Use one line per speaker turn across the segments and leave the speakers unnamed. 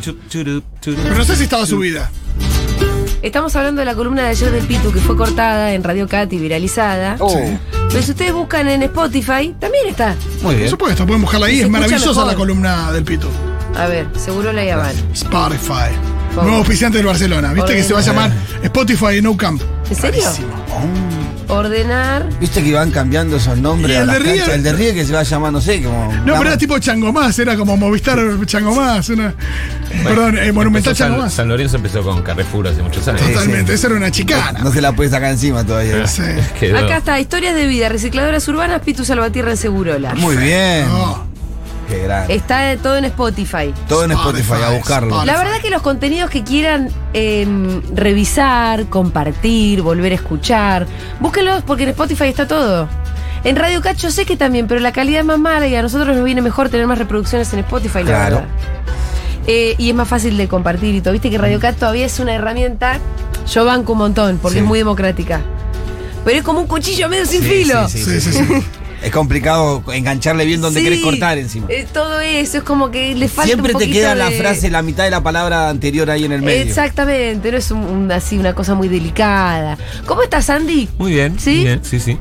churup, churup.
Pero no sé si estaba subida.
Estamos hablando de la columna de ayer del Pitu que fue cortada en Radio Cat y viralizada.
Oh,
Pero si ustedes buscan en Spotify, también está.
Muy
Por
bien.
supuesto, pueden buscarla ahí.
Se
Es
escucha
maravillosa
mejor.
la columna del Pito.
A ver, seguro la llaman.
Spotify.
Vamos.
Nuevo auspiciante del Barcelona. ¿Viste que se va a llamar Spotify No Camp?
¿En serio?
Rarísimo.
Ordenar.
Viste que van cambiando esos nombres
Y
a
el
las
de River-
canchas. El de River que se va a llamar, no sé, como.
No, pero era tipo Changomás, era como Movistar Changomás. Una... Perdón, eh, Monumental
Empezó San,
Changomás.
San Lorenzo empezó con Carrefour hace muchos años. Ah.
Totalmente, esa era una chicana.
No se la puede sacar encima todavía.
Sí.
Quedó-
Acá está, historias de vida, recicladoras urbanas, Pitu Salvatierra en Segurola.
Muy bien.
No.
Qué grande.
Está todo en Spotify.
Todo en Spotify, a
Spotify,
buscarlo.
Spotify.
La verdad que los contenidos que quieran eh, revisar, compartir, volver a escuchar, búsquenlos porque en Spotify está todo. En Radio Cacho sé que también, pero la calidad es más mala y a nosotros nos viene mejor tener más reproducciones en Spotify,
Claro.
la verdad. Eh, y es más fácil de compartir y todo. Viste que Radio Cat todavía es una herramienta, yo banco un montón, porque
Sí.
es muy democrática. Pero es como un cuchillo medio sin
Sí,
filo.
sí,
Sí, sí, sí.
Es complicado engancharle bien donde
Sí.
querés cortar encima.
Eh, todo eso, es como que le falta
Siempre
un
te
poquito
queda la
de-
frase, la mitad de la palabra anterior ahí en el medio.
Exactamente, no es un- un- así una cosa muy delicada. ¿Cómo estás, Sandy?
Muy bien.
¿Sí?
muy bien, sí, sí.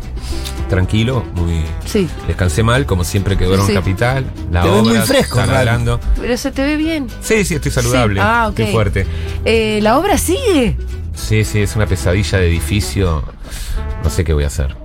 Tranquilo, muy.
Sí,
Descansé mal, como siempre que duermo en
Sí.
Capital. La
Te ves
obra,
muy fresco,
San
Rami.
Orlando.
pero se te ve bien.
Sí, sí, estoy saludable.
Sí. Ah, ok.
Estoy fuerte.
Eh, la obra sigue,
Sí, sí, es una pesadilla de edificio. No sé qué voy a hacer.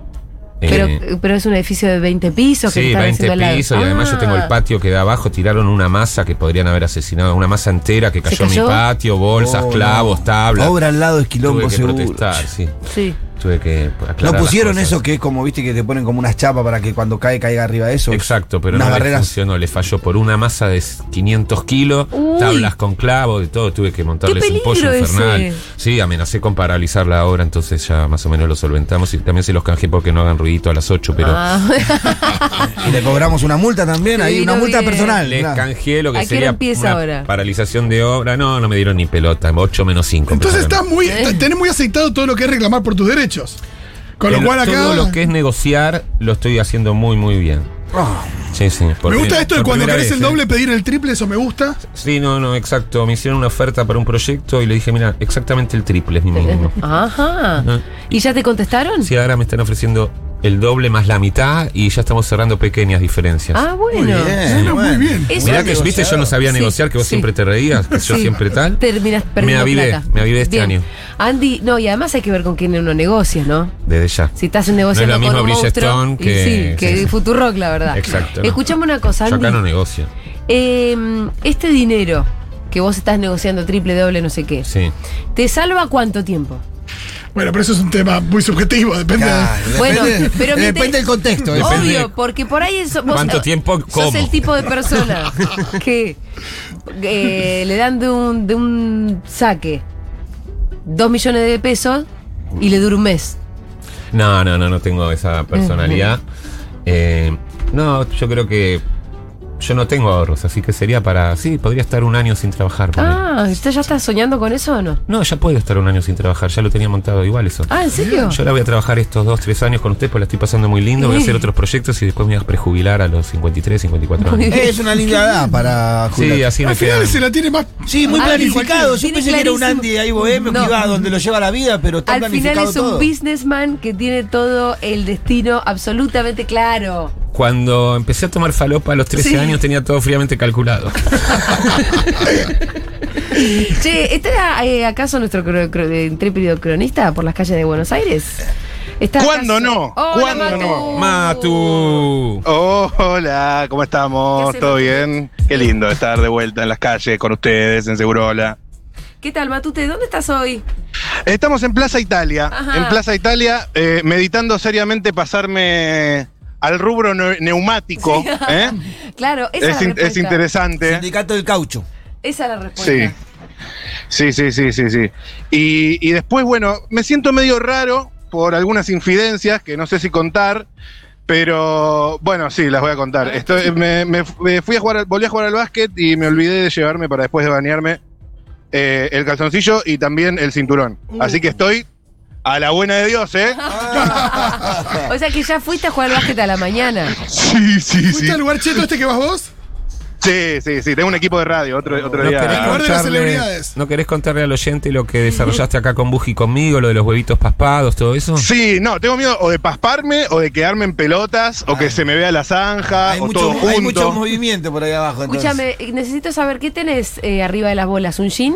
Eh,
pero, pero es un edificio de 20 pisos que
sí,
están
20
haciendo al lado.
pisos y además yo tengo el
Ah.
patio que da abajo. Tiraron una masa que podrían haber asesinado, una masa entera que
¿Se
cayó en mi
cayó?
patio, bolsas,
Oh,
clavos,
no.
tablas.
Obra al lado es quilombo
Tuve que
seguro.
protestar, sí.
Sí.
Tuve que aclarar.
No
las
pusieron
cosas.
eso que es como, viste, que te ponen como unas chapas para que cuando cae caiga arriba de eso.
Exacto, pero
Unas
no le
barreras.
funcionó, le falló por una masa de 500 kilos,
Uy.
tablas con clavo, de todo, tuve que montarles
¡Qué
un pollo
peligro
infernal.
ese!
Sí, amenacé con paralizar la obra, entonces ya más o menos lo solventamos y también se los canjeé porque no hagan ruidito a las 8, pero
Ah.
Y le cobramos una multa también,
Te
ahí,
vino
una multa
bien.
personal.
les
claro.
canjeé lo
¿A
que
qué
sería
hora empieza
una
ahora?
paralización de obra. No, no me dieron ni pelota, 8 menos 5.
Entonces estás muy, t- tenés muy aceitado todo lo que es reclamar por tus derechos. Con lo cual acá.
Todo lo que es negociar lo estoy haciendo muy, muy bien.
Ah,
Sí, sí, por
me
fin-
gusta esto de
Ah. por
cuando
primera
querés
vez,
el
¿eh?
doble pedir el triple, eso me gusta.
Sí, no, no, exacto. Me hicieron una oferta para un proyecto y le dije, mira, exactamente el triple es mi mínimo.
Ajá.
Ah.
¿Y ya te contestaron?
Sí, ahora me están ofreciendo el doble más la mitad y ya estamos cerrando pequeñas diferencias.
Ah,
muy
bueno.
bien,
Suena muy
bueno.
bien.
Eso
Mirá que, viste, yo no sabía
Sí,
negociar, que vos
sí.
siempre te reías, que yo
Sí.
siempre tal.
Terminas perdiendo
avivé,
plata.
me avivé este
Bien.
año.
Andy, no, y además hay que ver con quién uno negocia, ¿no?
Desde ya.
Si estás en negocio
No es lo
con
mismo
un
Bridgestone
monstruo,
que-
y sí, que
sí, sí.
Futurock, la verdad.
Exacto, ¿no?
Escuchame una cosa,
Yo
Andy.
acá no negocio.
Eh, este dinero que vos estás negociando triple, doble, no sé qué,
Sí.
¿te salva cuánto tiempo?
Bueno, pero eso es un tema muy subjetivo, depende de-
Claro, depende-
Bueno, pero
depende,
mientras-
del contexto.
Obvio.
depende.
Obvio, porque por ahí eso, vos
¿Cuánto tiempo?
sos
¿Cómo?
el tipo de persona que eh, le dan de un, de un saque dos millones de pesos y le dura un mes.
No, no, no, no tengo esa personalidad. Eh, no, yo creo que yo no tengo ahorros, así que sería para... Sí, podría estar un año sin trabajar. ponele.
Ah, ¿usted ya está soñando con eso o no?
No, ya puedo estar un año sin trabajar, ya lo tenía montado igual eso.
Ah, ¿en serio?
Yo la voy a trabajar estos dos, tres años con ustedes, porque la estoy pasando muy lindo, voy a hacer otros proyectos y después me voy a prejubilar a los 53, 54 años.
Es una linda edad para
Sí,
jubilar.
así me
Al
queda.
final se la tiene más.
Sí, muy
Al
planificado. Yo
Ah, tiene
pensé que era un
clarísimo.
Andy ahí bohemio
No.
que iba a donde lo lleva la vida, pero está
Al final
planificado
es un
todo.
businessman que tiene todo el destino absolutamente claro.
Cuando empecé a tomar falopa a los 13
Sí.
años tenía todo fríamente calculado.
Che, ¿este era eh, acaso nuestro cro- cro- eh, intrépido cronista por las calles de Buenos Aires? ¿Está
¿Cuándo
acaso-
no?
Hola,
¿Cuándo
Matu.
no?
¡Matu!
Oh, hola, ¿cómo
¿Qué
estamos?
hace,
¿Todo
Mati?
bien? Qué lindo estar de vuelta en las calles con ustedes, en Segurola.
¿Qué tal, Matute? ¿Dónde estás hoy?
Estamos en Plaza Italia.
Ajá.
En Plaza Italia, eh, meditando seriamente pasarme al rubro neu- neumático. ¿eh?
Claro, esa es,
Es,
la
in- es
respuesta.
interesante.
Sindicato del caucho.
Esa es la respuesta.
Sí. Sí, sí, sí, sí, sí. Y, y después, bueno, me siento medio raro por algunas infidencias que no sé si contar, pero bueno, sí, las voy a contar. Estoy- me, me- me fui a jugar, al- volví a jugar al básquet y me olvidé de llevarme para después de bañarme eh, el calzoncillo y también el cinturón. Así que estoy a la buena de Dios, ¿eh?
O sea que ya fuiste a jugar al básquet a la mañana.
Sí, sí,
¿Fuiste al lugar cheto este que vas vos?
Sí, sí, sí. Tengo un equipo de radio, otro, otro
No
día.
querés,
Ah, guarda las
contarle,
celebridades.
¿No querés contarle al oyente lo que desarrollaste acá con Buji conmigo, lo de los huevitos paspados, todo
Mm.
eso?
Sí, no, tengo miedo o de pasparme o de quedarme en pelotas o que se me vea la zanja
Ah. Hay
o
mucho,
todo
hay mucho
junto.
movimiento por ahí abajo. entonces.
Escúchame, eh, necesito saber qué tenés eh, arriba de las bolas. ¿Un jean?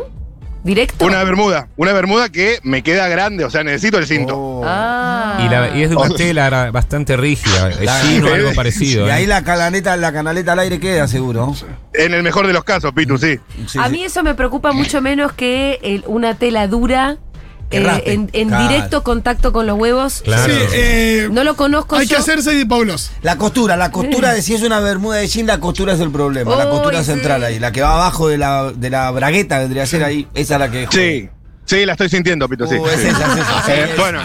¿Directo?
Una bermuda, una bermuda que me queda grande, o sea, necesito el cinto.
Oh.
Ah.
Y, la- y es de una
O sea-
tela ra- bastante rígida, es
Claro.
chino, algo parecido.
Y ahí
¿eh?
la canaleta, la canaleta al aire queda, seguro.
En el mejor de los casos, Pitu, sí.
Sí,
a
sí.
mí eso me preocupa mucho menos que el- una tela dura
Que
eh,
raspe.
en, en
Claro.
directo contacto con los huevos.
Claro.
Sí, eh,
No lo conozco
hay
yo.
que hacerse de Paulos.
La costura, la costura de si es una bermuda de jean, la costura es el problema. la
Eh. Uy,
costura
sí.
central ahí, la que va abajo de la, de la bragueta vendría a ser ahí, esa es la que
Sí, sí, la estoy sintiendo, Pitu, sí.
Uh, es
Sí.
esa, es esa, sí,
Eh,
es-
bueno.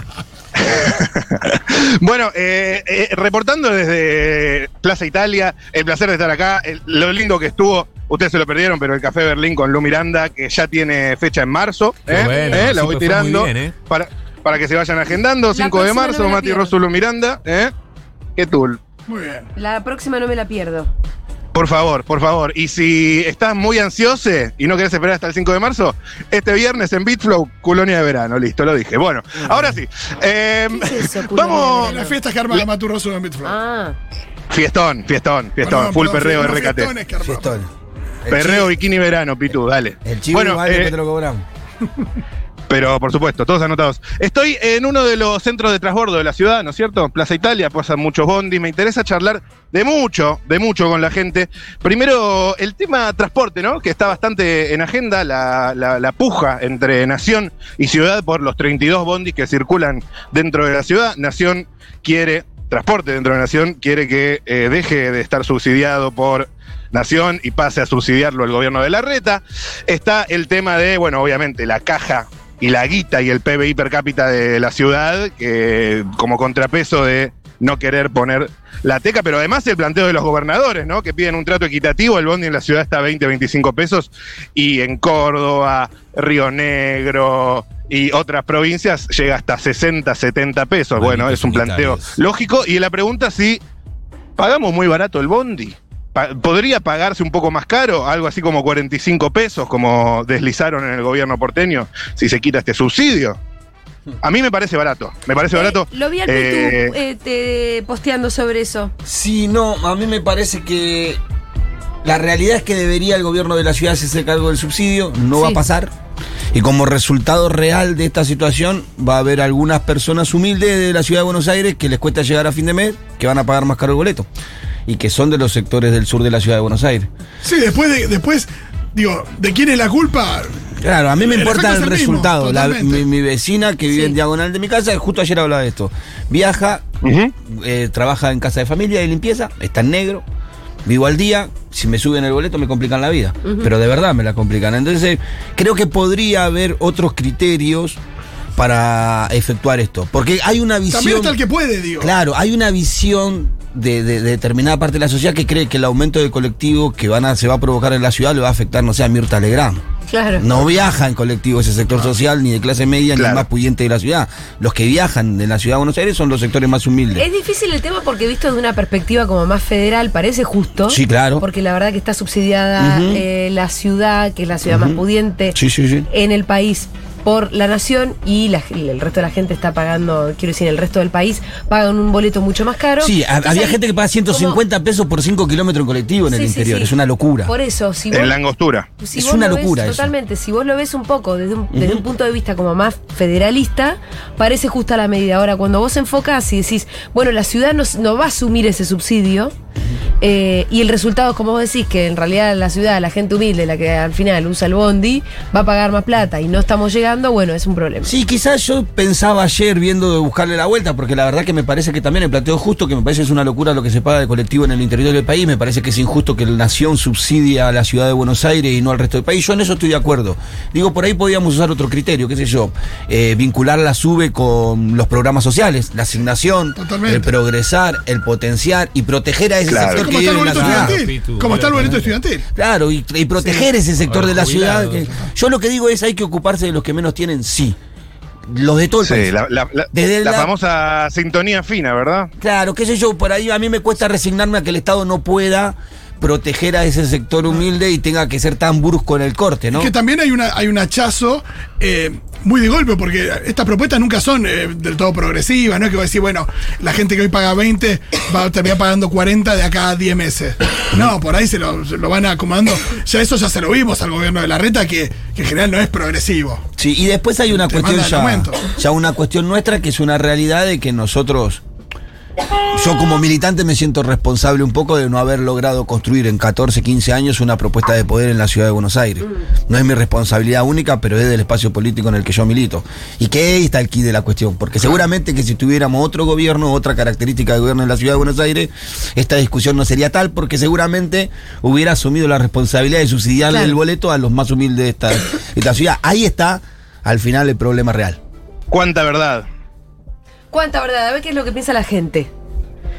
bueno, eh, eh, reportando desde Plaza Italia, el placer de estar acá, el- lo lindo que estuvo, ustedes se lo perdieron, pero el Café Berlín con Lu Miranda, que ya tiene fecha en marzo,
Qué
¿eh?
bueno,
¿Eh? la voy
sí, pues fue muy
tirando
bien, ¿eh?
para, para que se vayan agendando,
La
5 de
próxima no
marzo,
me la
Mati
pierdo.
Rosu Lu Miranda, ¿eh? ¿Qué tool?
Muy bien.
La próxima no me la pierdo.
Por favor, por favor. Y si estás muy ansioso y no querés esperar hasta el 5 de marzo, este viernes en Bitflow, colonia de verano. Listo, lo dije. Bueno, ahora sí. Eh,
¿Qué es eso, colonia de
vamos.
verano?
Las fiestas que arma la Maturroso en Bitflow.
Ah,
Fiestón, fiestón,
Perdón,
fiestón. Full
perdón,
perreo
fiestas,
RKT.
fiestones que armamos.
Fiestón. El
Perreo,
chivo-
bikini, verano, Pitu, dale.
El chivo
bueno,
igual
eh,
después te lo cobramos.
Pero por supuesto, todos anotados. Estoy en uno de los centros de transbordo de la ciudad, ¿no es cierto? Plaza Italia, pasan muchos bondis. Me interesa charlar de mucho, de mucho con la gente. Primero, el tema transporte, ¿no? Que está bastante en agenda, la, la- la puja entre nación y ciudad por los 32 bondis que circulan dentro de la ciudad. Nación quiere, transporte dentro de Nación, quiere que eh, deje de estar subsidiado por Nación y pase a subsidiarlo el gobierno de la reta está el tema de, bueno, obviamente la caja y la guita y el PBI per cápita de la ciudad, que como contrapeso de no querer poner la teca, pero además el planteo de los gobernadores, ¿no? Que piden un trato equitativo, el bondi en la ciudad está a 20, 25 pesos y en Córdoba, Río Negro y otras provincias llega hasta 60, 70 pesos. Bueno,
Malditos
es un planteo
unitarios.
lógico y la pregunta si pagamos muy barato el bondi. Pa- ¿Podría pagarse un poco más caro? Algo así como 45 pesos, como deslizaron en el gobierno porteño, si se quita este subsidio. A mí me parece barato. Me parece barato.
Eh, lo vi al
Eh,
Pitu eh, te- posteando sobre eso.
Sí, no, a mí me parece que la realidad es que debería el gobierno de la ciudad hacerse cargo del subsidio, no va a
Sí.
pasar. Y como resultado real de esta situación, va a haber algunas personas humildes de la ciudad de Buenos Aires que les cuesta llegar a fin de mes, que van a pagar más caro el boleto. Y que son de los sectores del sur de la ciudad de Buenos Aires.
Sí, después, de, después, digo, ¿de quién es la culpa?
Claro, a mí me
El
importa
efecto es
el,
el mismo,
resultado. La-
totalmente.
mi, mi vecina que vive
Sí.
en diagonal de mi casa, justo ayer hablaba de esto. Viaja,
ujú.
eh, trabaja en casa de familia y limpieza, está en negro, vivo al día, si me suben el boleto me complican la vida, pero de verdad me la complican. Entonces creo que podría haber otros criterios para efectuar esto, porque hay una
También
visión...
está el que puede, digo.
Claro, hay una visión de, de- de determinada parte de la sociedad que cree que el aumento de colectivo que van a, se va a provocar en la ciudad le va a afectar, no sé, a Mirta Legrand.
Claro.
No viaja en colectivo ese sector social, ni de clase media, ni el
Ah. Claro.
más pudiente de la ciudad. Los que viajan de la ciudad de Buenos Aires son los sectores más humildes.
Es difícil el tema porque visto de una perspectiva como más federal parece justo.
Sí, claro.
Porque la verdad que está subsidiada
Ujú.
eh, la ciudad, que es la ciudad más pudiente
Sí, sí, sí.
en el país por la nación y la- el resto de la gente está pagando, quiero decir, el resto del país pagan un boleto mucho más caro.
Sí, ha-
Entonces
había
ahí,
gente que paga 150 pesos por 5 kilómetros en colectivo en
Sí, sí,
el interior.
sí.
Es una locura.
Por eso, si vos,
En la angostura.
Pues si
es
vos
una
lo ves-
locura eso.
totalmente, si vos lo ves un poco desde un, desde
Ujú.
un punto de vista como más federalista, parece justa la medida. Ahora, cuando vos enfocás y decís, bueno, la ciudad no, no va a asumir ese subsidio, eh, y el resultado es como vos decís, que en realidad la ciudad, la gente humilde, la que al final usa el bondi, va a pagar más plata y no estamos llegando, bueno, es un problema.
Sí, quizás yo pensaba ayer viendo de buscarle la vuelta, porque la verdad que me parece que también el planteo es justo, que me parece que es una locura lo que se paga de colectivo en el interior del país, me parece que es injusto que la nación subsidia a la ciudad de Buenos Aires y no al resto del país, yo en eso estoy de acuerdo. Digo, por ahí podíamos usar otro criterio, qué sé yo, eh, vincular la SUBE con los programas sociales, la asignación,
Totalmente.
el progresar, el potenciar y proteger a ese
Claro.
sector
Como
que
está
vive
el
en la
boleto
ciudad.
estudiantil.
Pitu,
Como está el boleto
claramente.
estudiantil.
Claro, y, y proteger ese sector
Ahora,
de la ciudad.
jubilados,
que- yo lo que digo es, hay que ocuparse de los que menos tienen, sí. Los de todo el
Sí,
país.
la, la- la-
Desde
la
la-
famosa sintonía fina, ¿verdad?
Claro, qué sé yo, por ahí a mí me cuesta resignarme a que el Estado no pueda proteger a ese sector humilde y tenga que ser tan brusco en el corte, ¿no?
Que también hay, una, hay un hachazo eh, muy de golpe, porque estas propuestas nunca son eh, del todo progresivas, ¿no? Es que va a decir, bueno, la gente que hoy paga 20 va a terminar pagando 40 de acá a 10 meses. No, por ahí se lo, se lo van acomodando. Ya eso ya se lo vimos al gobierno de la reta, que, que en general no es progresivo.
Sí, y después hay una
Te
cuestión
manda el
ya,
momento.
ya una cuestión nuestra que es una realidad de que nosotros, yo como militante me siento responsable un poco de no haber logrado construir en 14, 15 años una propuesta de poder en la ciudad de Buenos
Mm.
Aires. No es mi responsabilidad única, pero es del espacio político en el que yo milito. Y que ahí está el quid de la cuestión, porque seguramente que si tuviéramos otro gobierno, otra característica de gobierno en la ciudad de Buenos Aires, esta discusión no sería tal, porque seguramente hubiera asumido la responsabilidad de subsidiarle
Claro.
el boleto a los más humildes de esta, de esta ciudad. Ahí está, al final, el problema real.
¿Cuánta verdad?
¿Cuánta verdad? A ver qué es lo que piensa la gente.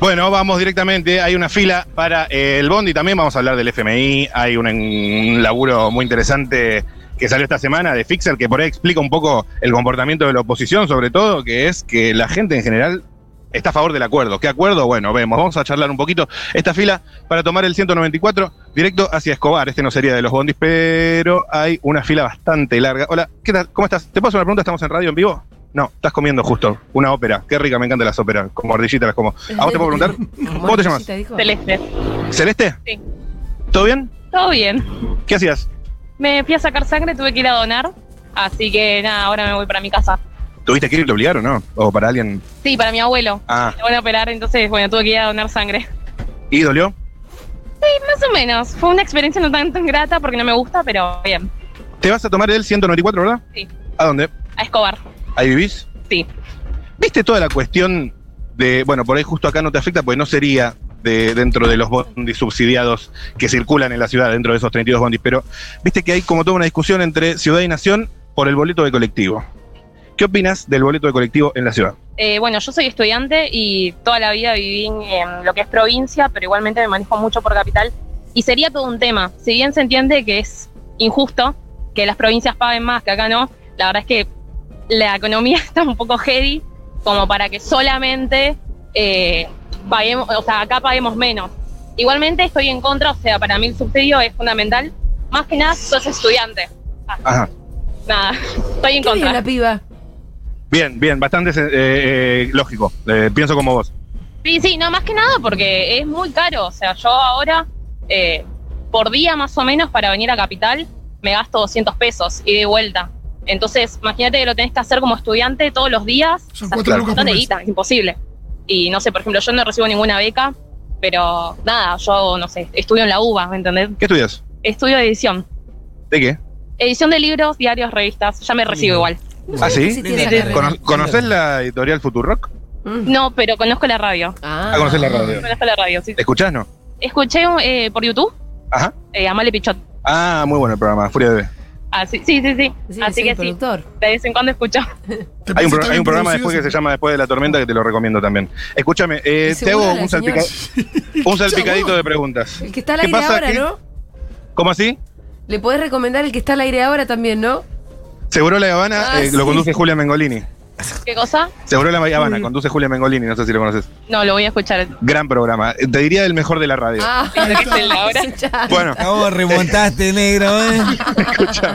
Bueno, vamos directamente. Hay una fila para eh, el Bondi. También vamos a hablar del FMI. Hay un, un laburo muy interesante que salió esta semana de Fixer, que por ahí explica un poco el comportamiento de la oposición, sobre todo, que es que la gente en general está a favor del acuerdo. ¿Qué acuerdo? Bueno, vemos. Vamos a charlar un poquito. Esta fila para tomar el 194 directo hacia Escobar. Este no sería de los Bondis, pero hay una fila bastante larga. Hola, ¿qué tal? ¿Cómo estás? ¿Te puedo hacer una pregunta? ¿Estamos en radio en vivo? No, estás comiendo justo una ópera. Qué rica, me encantan las óperas. Como ardillitas las como. ¿A Ah, vos te puedo preguntar? ¿Cómo te llamas?
Dijo.
Celeste.
¿Celeste?
Sí.
¿Todo bien?
Todo bien.
¿Qué hacías?
Me fui a sacar sangre, tuve que ir a donar. Así que nada, ahora me voy para mi casa.
¿Tuviste que ir y te obligaron, no? ¿O para alguien?
Sí, para mi abuelo.
Ah,
Me van a operar, entonces, bueno, tuve que ir a donar sangre.
¿y dolió?
Sí, más o menos. Fue una experiencia no tan, tan grata porque no me gusta, pero bien.
¿Te vas a tomar el 194, verdad?
Sí.
¿A dónde?
A Escobar.
¿Ahí vivís?
Sí.
¿Viste toda la cuestión de, bueno, por ahí justo acá no te afecta, pues no sería de dentro de los bondis subsidiados que circulan en la ciudad, dentro de esos 32 bondis, pero viste que hay como toda una discusión entre ciudad y nación por el boleto de colectivo. ¿Qué opinas del boleto de colectivo en la ciudad?
Eh, bueno, yo soy estudiante y toda la vida viví en, em, lo que es provincia, pero igualmente me manejo mucho por capital. Y sería todo un tema. Si bien se entiende que es injusto que las provincias paguen más que acá no, la verdad es que la economía está un poco heavy como para que solamente eh, paguemos, o sea, acá paguemos menos. Igualmente estoy en contra, o sea, para mí el subsidio es fundamental. Más que nada, sos estudiante.
Ajá.
Nada, estoy en
¿Qué dijo
contra.
la piba?
Bien, bien, bastante eh, eh, lógico. Eh, pienso como vos.
Sí, sí, no, más que nada porque es muy caro. O sea, yo ahora, eh, por día más o menos, para venir a Capital, me gasto 200 pesos y de vuelta. Entonces, imagínate que lo tenés que hacer como estudiante todos los días.
Son
O sea,
cuatro
un
lucas
montón
por
de
mes.
guita, es imposible. Y no sé, por ejemplo, yo no recibo ninguna beca, pero nada, yo no sé, estudio en la UBA, ¿me entendés?
¿Qué estudias?
Estudio edición.
¿De qué?
Edición de libros, diarios, revistas. Ya me recibo igual.
¿Ah, sí?
existía esa
Cono-
carrera.
¿Cono- ¿Conoces la editorial Futurock?
Mm.
No, pero conozco la radio.
Ah.
Ah, conoces la radio.
Conozco la radio, sí.
¿Escuchás, no?
Escuché eh, por YouTube
Ajá.
eh, a Male Pichot.
Ah, muy bueno el programa, Furia de Bebé.
Ah, sí, sí, sí. sí.
Sí,
Así
es
que
el
sí,
productor.
de vez en cuando escucho.
¿Te
Hay un,
parece
pro-
tan
hay un
bien
programa
producido
después que
ese-
se llama Después de la Tormenta que te lo recomiendo también. Escúchame, eh,
Y
te hago
segura la
un,
señora.
salpica- un salpicadito de preguntas.
El que está al
¿Qué
aire
pasa
ahora,
aquí?
¿no?
¿Cómo así?
Le podés recomendar el que está al aire ahora también, ¿no?
Seguro la Habana
Ah,
eh, lo
sí.
conduce Julia Mengolini.
¿Qué cosa?
Seguro la Habana conduce Julia Mengolini, no sé si lo conoces.
No, lo voy a escuchar.
Gran programa. Eh, Te diría el mejor de la radio.
Ah,
Ahí está el ahora.
escuchá.
Bueno,
Acabo Ah, remontaste, negro, ¿eh?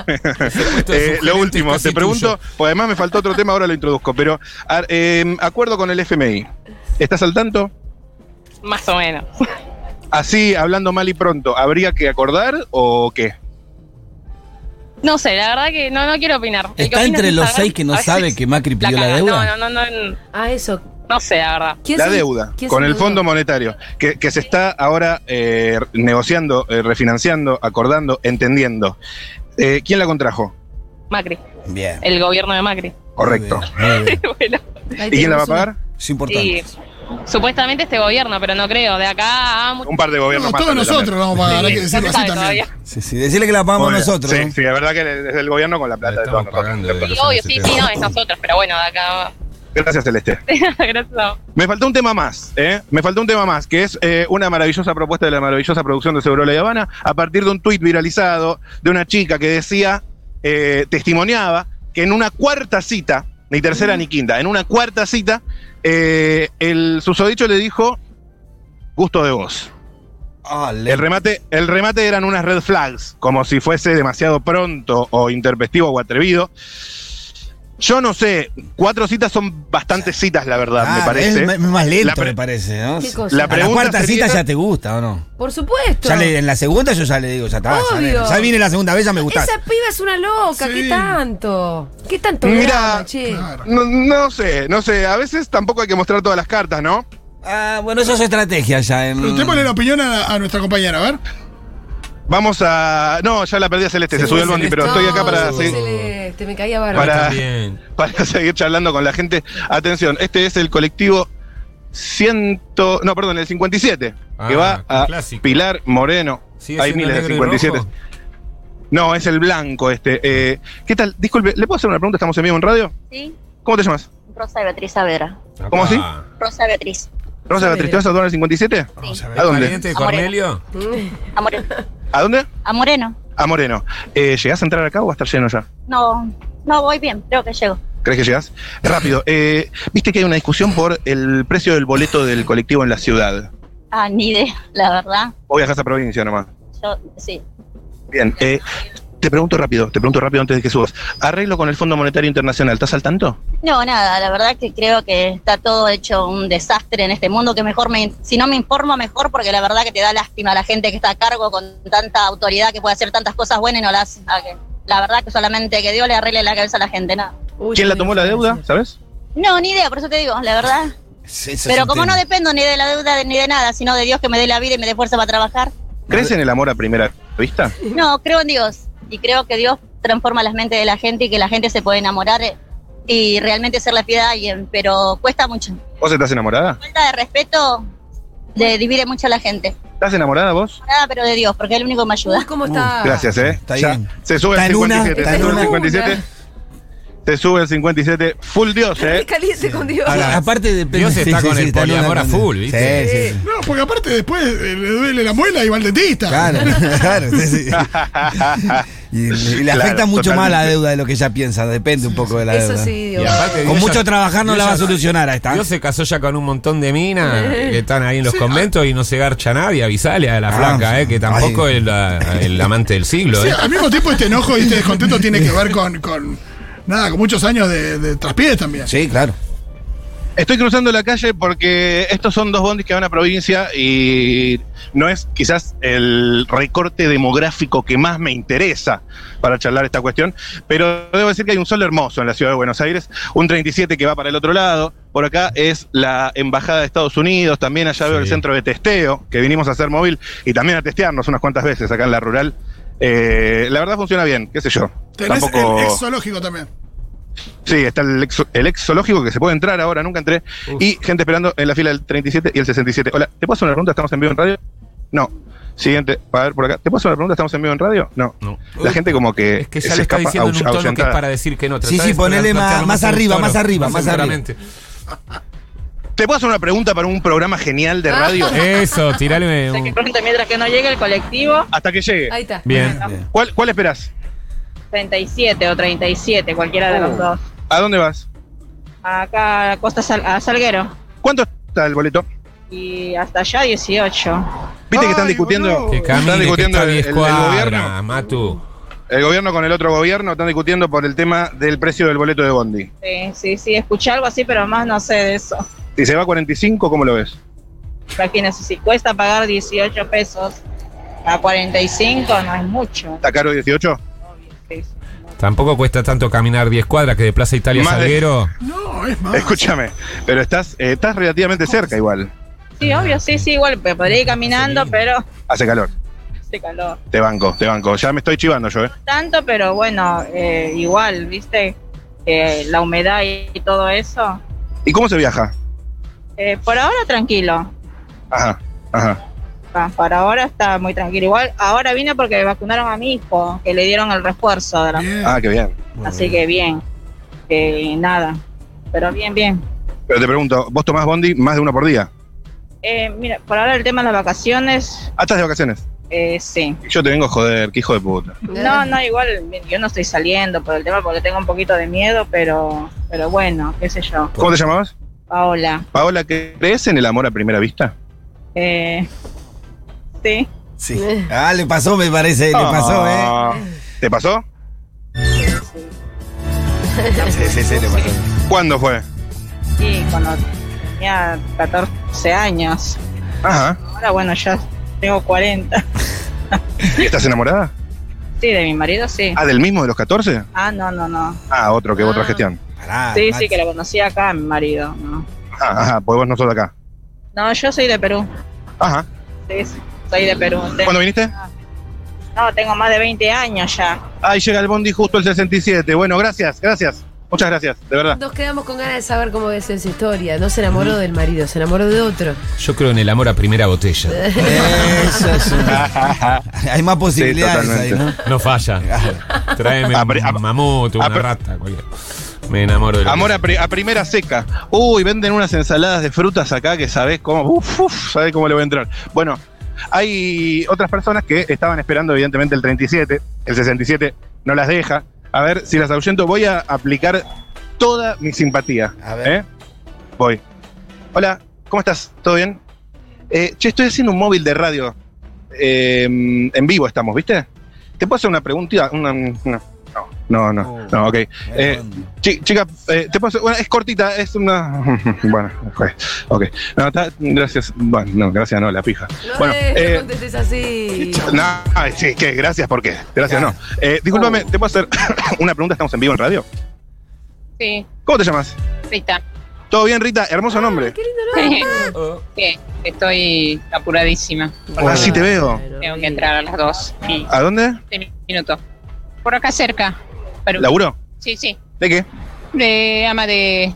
Eh, lo último,
casi
te pregunto,
tuyo.
pues además me faltó otro tema, ahora lo introduzco, pero a- eh, acuerdo con el FMI. ¿Estás al tanto?
Más o menos.
Así, hablando mal y pronto, ¿habría que acordar o qué?
No sé, la verdad que no, no quiero opinar. El que
Está
opina
entre
sin
los
saber,
seis que
a
no
veces
sabe que Macri
Ah, la
pidió la
caga.
deuda.
No, no, no, no,
Ah, eso.
no sé, la verdad.
¿Quién
La
se-
deuda
quién
con
se
el
endeudó?
Fondo Monetario, que, que se está ahora eh, negociando, eh, refinanciando, acordando, entendiendo. Eh, ¿Quién la contrajo?
Macri,
Bien.
el gobierno de Macri.
Correcto.
Muy bien, muy bien.
bueno,
Ahí
¿Y quién la va a
tenemos una.
pagar?
Es importante.
y supuestamente este gobierno, pero no creo. De acá a mucho.
Un par de
No,
gobiernos más.
todos
también.
nosotros vamos a pagar, hay que
no
decirlo
se
así
sabe
también.
todavía.
Sí, sí, decirle que la
Muy
pagamos
bien.
nosotros.
Sí,
¿no?
sí, la verdad que es el gobierno con la plata de todos
Estamos
nosotros.
eh,
pagando desde
Sí,
los
obvio,
años
sí,
70.
sí, no, es nosotros, pero bueno, de acá.
Gracias, Celeste.
Gracias a vos.
Me faltó un tema más, ¿eh? Me faltó un tema más, que es eh, una maravillosa propuesta de la maravillosa producción de Segurola y Habana, a partir de un tuit viralizado de una chica que decía, eh, testimoniaba, que en una cuarta cita, ni tercera ni quinta, en una cuarta cita, eh, el susodicho le dijo, gusto de vos.
Ah, le-
El remate, el remate eran unas red flags, como si fuese demasiado pronto o interpestivo o atrevido. Yo no sé, cuatro citas son bastantes citas, la verdad,
Ah,
me
es
parece.
m- más lento,
La pre-
me parece. ¿no?
¿Qué cosa? La
A la
pregunta
cuarta
sería-
cita ya te gusta, ¿o no?
Por supuesto.
Ya le- en la segunda yo ya le digo, ya está. Ya,
Obvio.
le- ya viene la segunda vez, ya me gusta.
Esa piba es una loca,
Sí.
¿qué tanto? ¿Qué tanto
Mirá,
drama, che?
Claro.
No, no sé, no sé, a veces tampoco hay que mostrar todas las cartas, ¿no?
Ah, bueno, eso es estrategia ya. En...
Preguntémosle la opinión a, a nuestra compañera, a ver.
Vamos a... No, ya la perdí a Celeste, se
Sí,
subió el bondi,
Celeste.
pero estoy acá
No,
para,
sí,
seguir-
Celeste, me caía bárbaro.
Para-
También.
para seguir charlando con la gente. Atención, este es el colectivo ciento... No, perdón, el 57,
Ah,
que va
qué
a
clásico.
Pilar Moreno.
¿Sigue
Hay
siendo
miles de
negro y
57.
rojo?
No, es el blanco este. Eh, ¿Qué tal? Disculpe, ¿le puedo hacer una pregunta? ¿Estamos en vivo en radio?
Sí,
¿Cómo te llamas?
Rosa Beatriz Saavedra.
¿Cómo
Acá.
así?
Rosa Beatriz.
Rosa Beatriz, ¿te vas a tomar el 57?
Sí.
¿A dónde?
¿Pariente de
A Moreno.
Cornelio?
A Moreno.
¿A dónde?
A Moreno.
A Moreno. Eh, ¿Llegás a entrar acá o va a estar lleno ya?
No, no, voy bien, creo que llego.
¿Crees que llegás? Rápido. eh, Viste que hay una discusión por el precio del boleto del colectivo en la ciudad.
Ah, ni idea, la verdad.
O viajás a provincia nomás.
Yo, sí.
Bien. eh, te pregunto rápido, te pregunto rápido antes de que subas. Arreglo con el Fondo Monetario Internacional, ¿estás al tanto?
No, nada, la verdad que creo que está todo hecho un desastre en este mundo, que mejor me, si no me informo mejor, porque la verdad que te da lástima a la gente que está a cargo con tanta autoridad que puede hacer tantas cosas buenas y no las hace. Ah, que La verdad que solamente que Dios le arregle la cabeza a la gente, nada.
Uy,
¿Quién la
no
tomó
me
la
lo
deuda?
sé.
¿Sabes?
No, ni idea, por eso te digo, la verdad.
Ese- ese es
Pero
un
como no
tema.
dependo ni de la deuda ni de nada, sino de Dios que me dé la vida y me dé fuerza para trabajar.
¿Crees en el amor a primera vista?
No, creo en Dios. Y creo que Dios transforma las mentes de la gente y que la gente se puede enamorar eh, y realmente ser la piedad a alguien. Pero cuesta mucho.
¿Vos estás enamorada?
Falta de respeto le divide mucho a la gente.
¿Estás enamorada vos?
Nada, pero de Dios, porque es el único que me
Uy,
ayuda.
¿cómo está?
Gracias, ¿eh?
Está
Ya,
bien.
Se sube
Está
el
en una,
57.
está
Se
en
sube el
una.
57. Se sube el 57. Full Dios,
Qué
¿eh?
caliente con Dios.
Ahora, aparte depende.
Dios está con el
está en una
poliamor a
con-
full, ¿viste?
Sí, sí, sí.
No, porque aparte después eh, le duele la muela y va al dentista.
Claro, claro. sí, sí. Y, y le
Claro,
afecta mucho más la
totalmente.
deuda de lo que ella piensa, depende un poco de la
Eso
deuda.
sí,
Y
Dios.
aparte,
Con
Dios
mucho
ya-
trabajar no
Dios
la va a
ya-
solucionar a esta.
Dios se casó ya con un montón de minas que están ahí en los
Sí,
conventos y no se garcha nadie. Avisale a la
Ah,
flaca, eh, que tampoco
ay.
es la- el amante del siglo.
Sí,
eh.
al mismo tiempo este enojo y este descontento tiene que ver con, con nada, con muchos años de, de traspiés también.
Sí, claro.
Estoy cruzando la calle porque estos son dos bondis que van a provincia y no es quizás el recorte demográfico que más me interesa para charlar esta cuestión, pero debo decir que hay un sol hermoso en la ciudad de Buenos Aires, un 37 que va para el otro lado, por acá es la Embajada de Estados Unidos, también allá veo
Sí.
el centro de testeo que vinimos a hacer móvil y también a testearnos unas cuantas veces acá en la rural. Eh, la verdad funciona bien, qué sé yo.
Tenés
Tampoco...
el ex zoológico también.
Sí, está el ex, el ex zoológico que se puede entrar ahora, nunca entré.
Uf.
Y gente esperando en la fila del 37 y el 67. Hola, ¿te puedo hacer una pregunta? ¿Estamos en vivo en radio? No. Siguiente, a ver por acá. ¿Te puedo hacer una pregunta? ¿Estamos en vivo en radio? No.
No.
La gente como que,
Es que ya
se
le está
escapa
diciendo en un
ahus-
tono que es
ahuyentada.
para decir que no.
Sí,
Tratá
sí,
de
ponele más-
plantearlo
más
en un
arriba, más arriba, más arriba.
seguramente.
¿Te puedo hacer una pregunta para un programa genial de radio?
Eso, tirale un...
Pronto, mientras que no llegue el colectivo,
Hasta que llegue.
Ahí está.
Bien.
¿Cuál, ¿Cuál esperás?
37 o 37, cualquiera de los dos.
¿A dónde vas?
Acá a Costa Sal- a Salguero
¿Cuánto está el boleto?
y hasta allá 18.
Viste que están
Ay,
discutiendo,
boludo.
Que
están
camine, que
discutiendo
está
el-
diez
el- el gobierno.
cuadras, Matu.
El gobierno con el otro gobierno están discutiendo por el tema del precio del boleto de Bondi.
Sí, sí, sí, escuché algo así, pero más no sé de eso.
Si se va a 45, ¿cómo lo ves?
Imagínense, si cuesta pagar 18 pesos a 45, no es mucho.
¿Está caro 18?
obvio, sí, sí.
Tampoco cuesta tanto caminar 10 cuadras que de Plaza Italia a
Más de-
Salguero.
No, es más.
Escúchame, pero estás, eh, estás relativamente cerca igual.
Sí, obvio, sí, sí, igual pe- podría ir caminando, pero
Hace calor.
hace calor.
Te banco, te banco. Ya me estoy chivando yo, ¿eh?
Tanto, pero bueno, eh, igual, viste, Eh, la humedad y y todo eso.
¿Y cómo se viaja?
Eh, por ahora tranquilo.
Ajá, ajá.
Ah, Por ahora está muy tranquilo. Igual ahora vine porque vacunaron a mi hijo, que le dieron el refuerzo. de la-
Bien.
Ah, qué bien.
Así que bien. Eh, nada. Pero bien, bien.
Pero te pregunto, ¿vos tomás Bondi más de uno por día?
Eh, mira, por ahora el tema de las vacaciones,
Ah, estás de vacaciones.
eh, sí.
Yo te vengo a joder, qué hijo de puta.
No, no, igual yo no estoy saliendo por el tema porque tengo un poquito de miedo, pero, pero bueno, qué sé yo.
¿Cómo te llamabas?
Paola.
Paola, ¿crees en el amor a primera vista?
Eh, Sí.
Sí. Ah, le pasó, me parece, le pasó, ¿eh?
Ah, ¿Te pasó?
Sí, sí, sí, le pasó.
¿Cuándo fue?
Sí, cuando tenía 14 años.
Ajá.
Ahora, bueno, ya tengo 40.
¿Estás enamorada?
Sí, de mi marido, sí.
Ah, del mismo de los 14?
Ah, no, no, no.
Ah, otro que otra gestión.
Pará,
Sí,
Maxi.
sí, que lo conocí acá, mi marido. No,
Ah, ajá, pues vos no sos de acá.
no yo soy de Perú.
Ajá.
Sí, sí, soy de Perú. Tengo-
Mm. ¿Cuándo viniste?
No, tengo más de 20 años ya.
Ahí llega el bondi justo el 67. Bueno, gracias, gracias. Muchas gracias, de verdad.
Nos quedamos con ganas de saber cómo es esa historia. No se enamoró del marido, se enamoró de otro.
Yo creo en el amor a primera botella.
Eso es un- Ah, Hay más posibilidades ahí,
totalmente.
¿no?
No falla. Tráeme
A pri- a-
un mamuto, una
a pri-
rata. cualquier- Me enamoro de la
Amor a, pri- a primera seca. Uy, venden unas ensaladas de frutas acá que sabés cómo. Uf, uf, sabés cómo le voy a entrar. Bueno, hay otras personas que estaban esperando, evidentemente, el 37. El 67 no las deja. A ver, si las ahuyento, voy a aplicar toda mi simpatía.
A ver.
¿eh? Voy. Hola, ¿cómo estás? ¿Todo bien? Eh, che, estoy haciendo un móvil de radio. Eh, en vivo estamos, ¿viste? ¿Te puedo hacer una pregunta? Una- una- no, no, no, no, ok. Eh, Chi- chica, eh, te paso. Bueno, es cortita, es una. bueno, ok. ok. No, está- gracias. Bueno, no, gracias, no, la pija.
No,
Bueno,
eh,
eh,
no contestes así.
No, ay, sí, que gracias, ¿por qué? Gracias, no. Eh, discúlpame, ¿te puedo hacer una pregunta? Estamos en vivo en radio.
Sí,
¿Cómo te llamas?
Rita.
¿Todo bien, Rita? Hermoso nombre.
Qué lindo, ¿no?
Sí, estoy apuradísima.
Ah, sí te veo.
Bueno,
Tengo que entrar a las dos y
¿A dónde?
seis minutos. Por acá cerca. Perú.
¿Laburo?
Sí, sí.
¿De qué?
De ama de,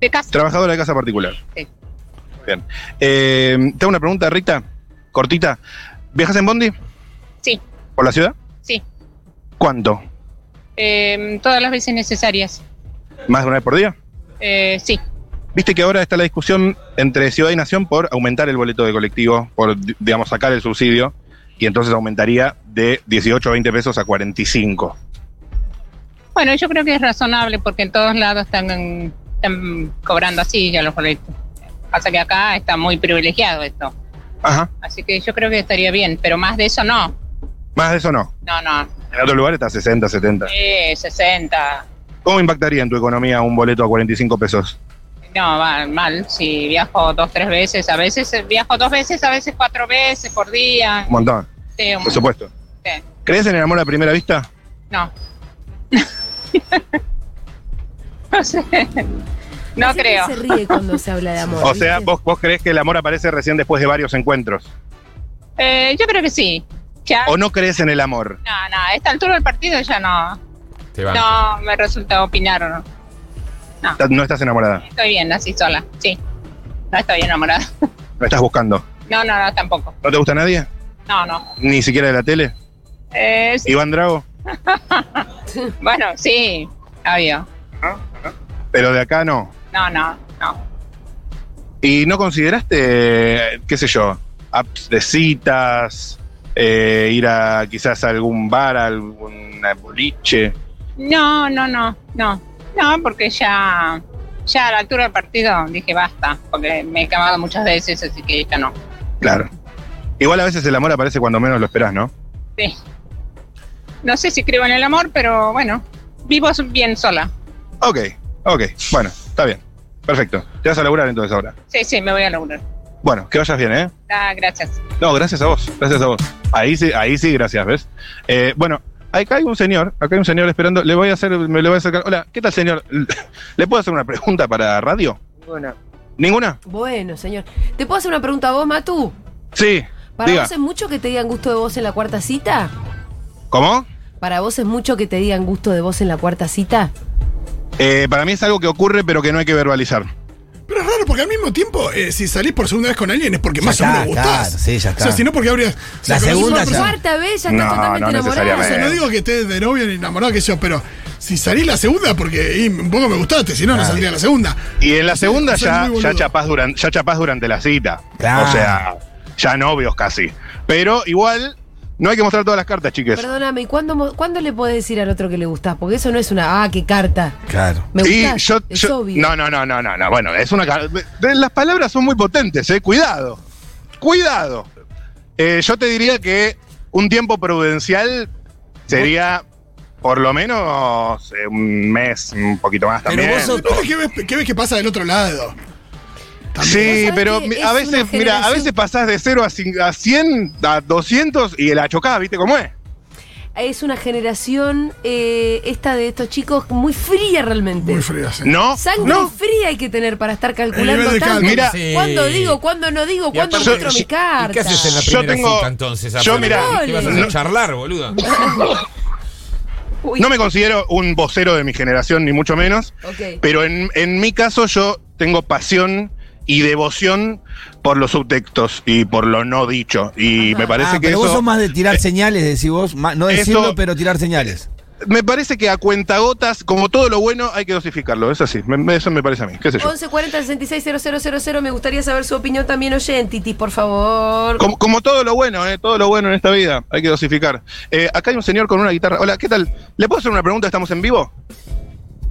de casa.
Trabajadora de casa particular.
Sí.
Bien. Eh, tengo una pregunta, Rita, cortita. ¿Viajas en Bondi?
Sí.
¿Por la ciudad?
Sí.
¿Cuánto?
Eh, todas las veces necesarias.
¿Más de una vez por día?
Eh, sí.
Viste que ahora está la discusión entre ciudad y nación por aumentar el boleto de colectivo, por, di- digamos, sacar el subsidio, y entonces aumentaría de 18 a 20 pesos a 45.
Bueno, yo creo que es razonable porque en todos lados están, están cobrando así ya los boletos. Pasa que acá está muy privilegiado esto.
Ajá.
Así que yo creo que estaría bien, pero más de eso no.
Más de eso no.
No, no.
En otro lugar está 60, 70.
Eh, 60.
¿Cómo impactaría en tu economía un boleto a 45 pesos?
No, va mal. Si viajo dos, tres veces, a veces eh, viajo dos veces, a veces cuatro veces por día.
Un montón,
Sí, un-
por supuesto.
sí.
¿Crees en el amor a primera vista?
No. no sé. No
Así que
creo.
Se ríe cuando se habla de amor.
O sea,
¿viste?
vos, vos crees que el amor aparece recién después de varios encuentros.
Eh, yo creo que sí. Ya.
¿O no crees en el amor?
No, no, a esta altura del partido ya no.
Te banco.
No me resulta opinar. no.
Ta- No estás enamorada,
Estoy bien así sola, sí. No estoy enamorada.
no estás buscando.
No, no, no, tampoco.
¿No te gusta nadie?
No, no.
¿Ni siquiera de la tele?
Eh, sí,
¿Iván Drago?
bueno, sí, obvio.
Pero de acá no.
No, no, no.
¿Y no consideraste, qué sé yo, apps de citas, eh, ir a quizás a algún bar, a algún boliche?
No, no, no, no. No, porque ya, ya a la altura del partido dije basta, porque me he quemado muchas veces, así que ya no.
Claro. Igual a veces el amor aparece cuando menos lo esperás, ¿no?
Sí. No sé si creo en el amor, pero bueno, vivo bien sola.
Ok, ok, bueno, está bien. Perfecto. Te vas a laburar entonces ahora.
Sí, sí, me voy a lograr.
Bueno, que vayas bien, ¿eh?
Ah, gracias.
No, gracias a vos, gracias a vos. Ahí sí, ahí sí, gracias, ¿ves? Eh, bueno, acá hay un señor, acá hay un señor esperando, le voy a hacer, me le voy a acercar. Hola, ¿qué tal señor? ¿Le puedo hacer una pregunta para radio? Ninguna. ¿Ninguna?
Bueno, señor. ¿Te puedo hacer una pregunta a vos, Matú?
Sí.
¿Para
Diga.
vos es mucho que te digan gusto de vos en la cuarta cita?
¿Cómo?
¿Para vos es mucho que te digan gusto de vos en la cuarta cita?
Eh, para mí es algo que ocurre, pero que no hay que verbalizar.
Pero es raro, porque al mismo tiempo, eh, si salís por segunda vez con alguien es porque
Ya
más o menos
está,
gustás.
claro, sí, ya
O sea,
está.
si no, porque habrías.
La
si conocés a
segunda
una
Por
ya.
persona-
cuarta vez ya estás
No,
totalmente
no
O
enamorado.
necesariamente.
sea, no digo que estés de novio ni enamorado, que yo, pero si salís la segunda, porque y, un poco me gustaste, si no, no
Claro.
saldría la segunda.
Y en la
Sí,
segunda
soy
ya,
muy boludo.
ya, chapás durante, ya chapás durante la cita.
Claro.
O sea, ya novios casi. Pero igual, no hay que mostrar todas las cartas, chiques.
Perdóname, ¿y cuándo, mo- cuándo le podés decir al otro que le gustás? Porque eso no es una. Ah, qué carta.
Claro.
Me
Y
gustás.
yo-
es
yo-
obvio.
No, no, no, no, no, no. Bueno, es una. ca- de- de- Las palabras son muy potentes, eh. Cuidado. Cuidado. Eh, yo te diría que un tiempo prudencial sería por lo menos eh, un mes, un poquito más
Pero
también.
vos sos-
Depende qué ves, qué ves que pasa del otro lado.
Sí,
Vos sabés
pero
que
mi-
es
a
una
veces, mira, a
generación-
veces pasás de 0 a, cin- a 100, a 200 y la chocás, ¿viste cómo es?
Es una generación, eh, esta de estos chicos, muy fría realmente.
Muy frío, sí.
No,
Sangre
no.
fría hay que tener para estar calculando
nivel de
tanto.
cálculo.
Mira.
¿Cuándo digo, cuándo no digo,
Y
cuándo
aparte-
encuentro
yo-
mis
¿y
cartas?
¿Y qué haces en la
Yo
primera
tengo-
cita entonces?
yo,
Aparte,
mirá,
¿Qué vas a
no-
hacer? ¿Charlar, boludo?
No me considero un vocero de mi generación, ni mucho menos,
Ok.
pero en, en mi caso yo tengo pasión y devoción por los subtextos y por lo no dicho. Y me parece
Ah,
que
pero vos
eso...
sos más de tirar señales, decís vos. más- no
eso-
decirlo, pero tirar señales.
Me parece que a cuentagotas, como todo lo bueno, hay que dosificarlo. Es así. Me- me- eso me parece a mí. ¿Qué sé yo?
1140 Me gustaría saber su opinión también, oyentitis, por favor.
Como, como todo lo bueno, ¿eh? todo lo bueno en esta vida, hay que dosificar. Eh, acá hay un señor con una guitarra. Hola, ¿qué tal? ¿Le puedo hacer una pregunta? ¿Estamos en vivo?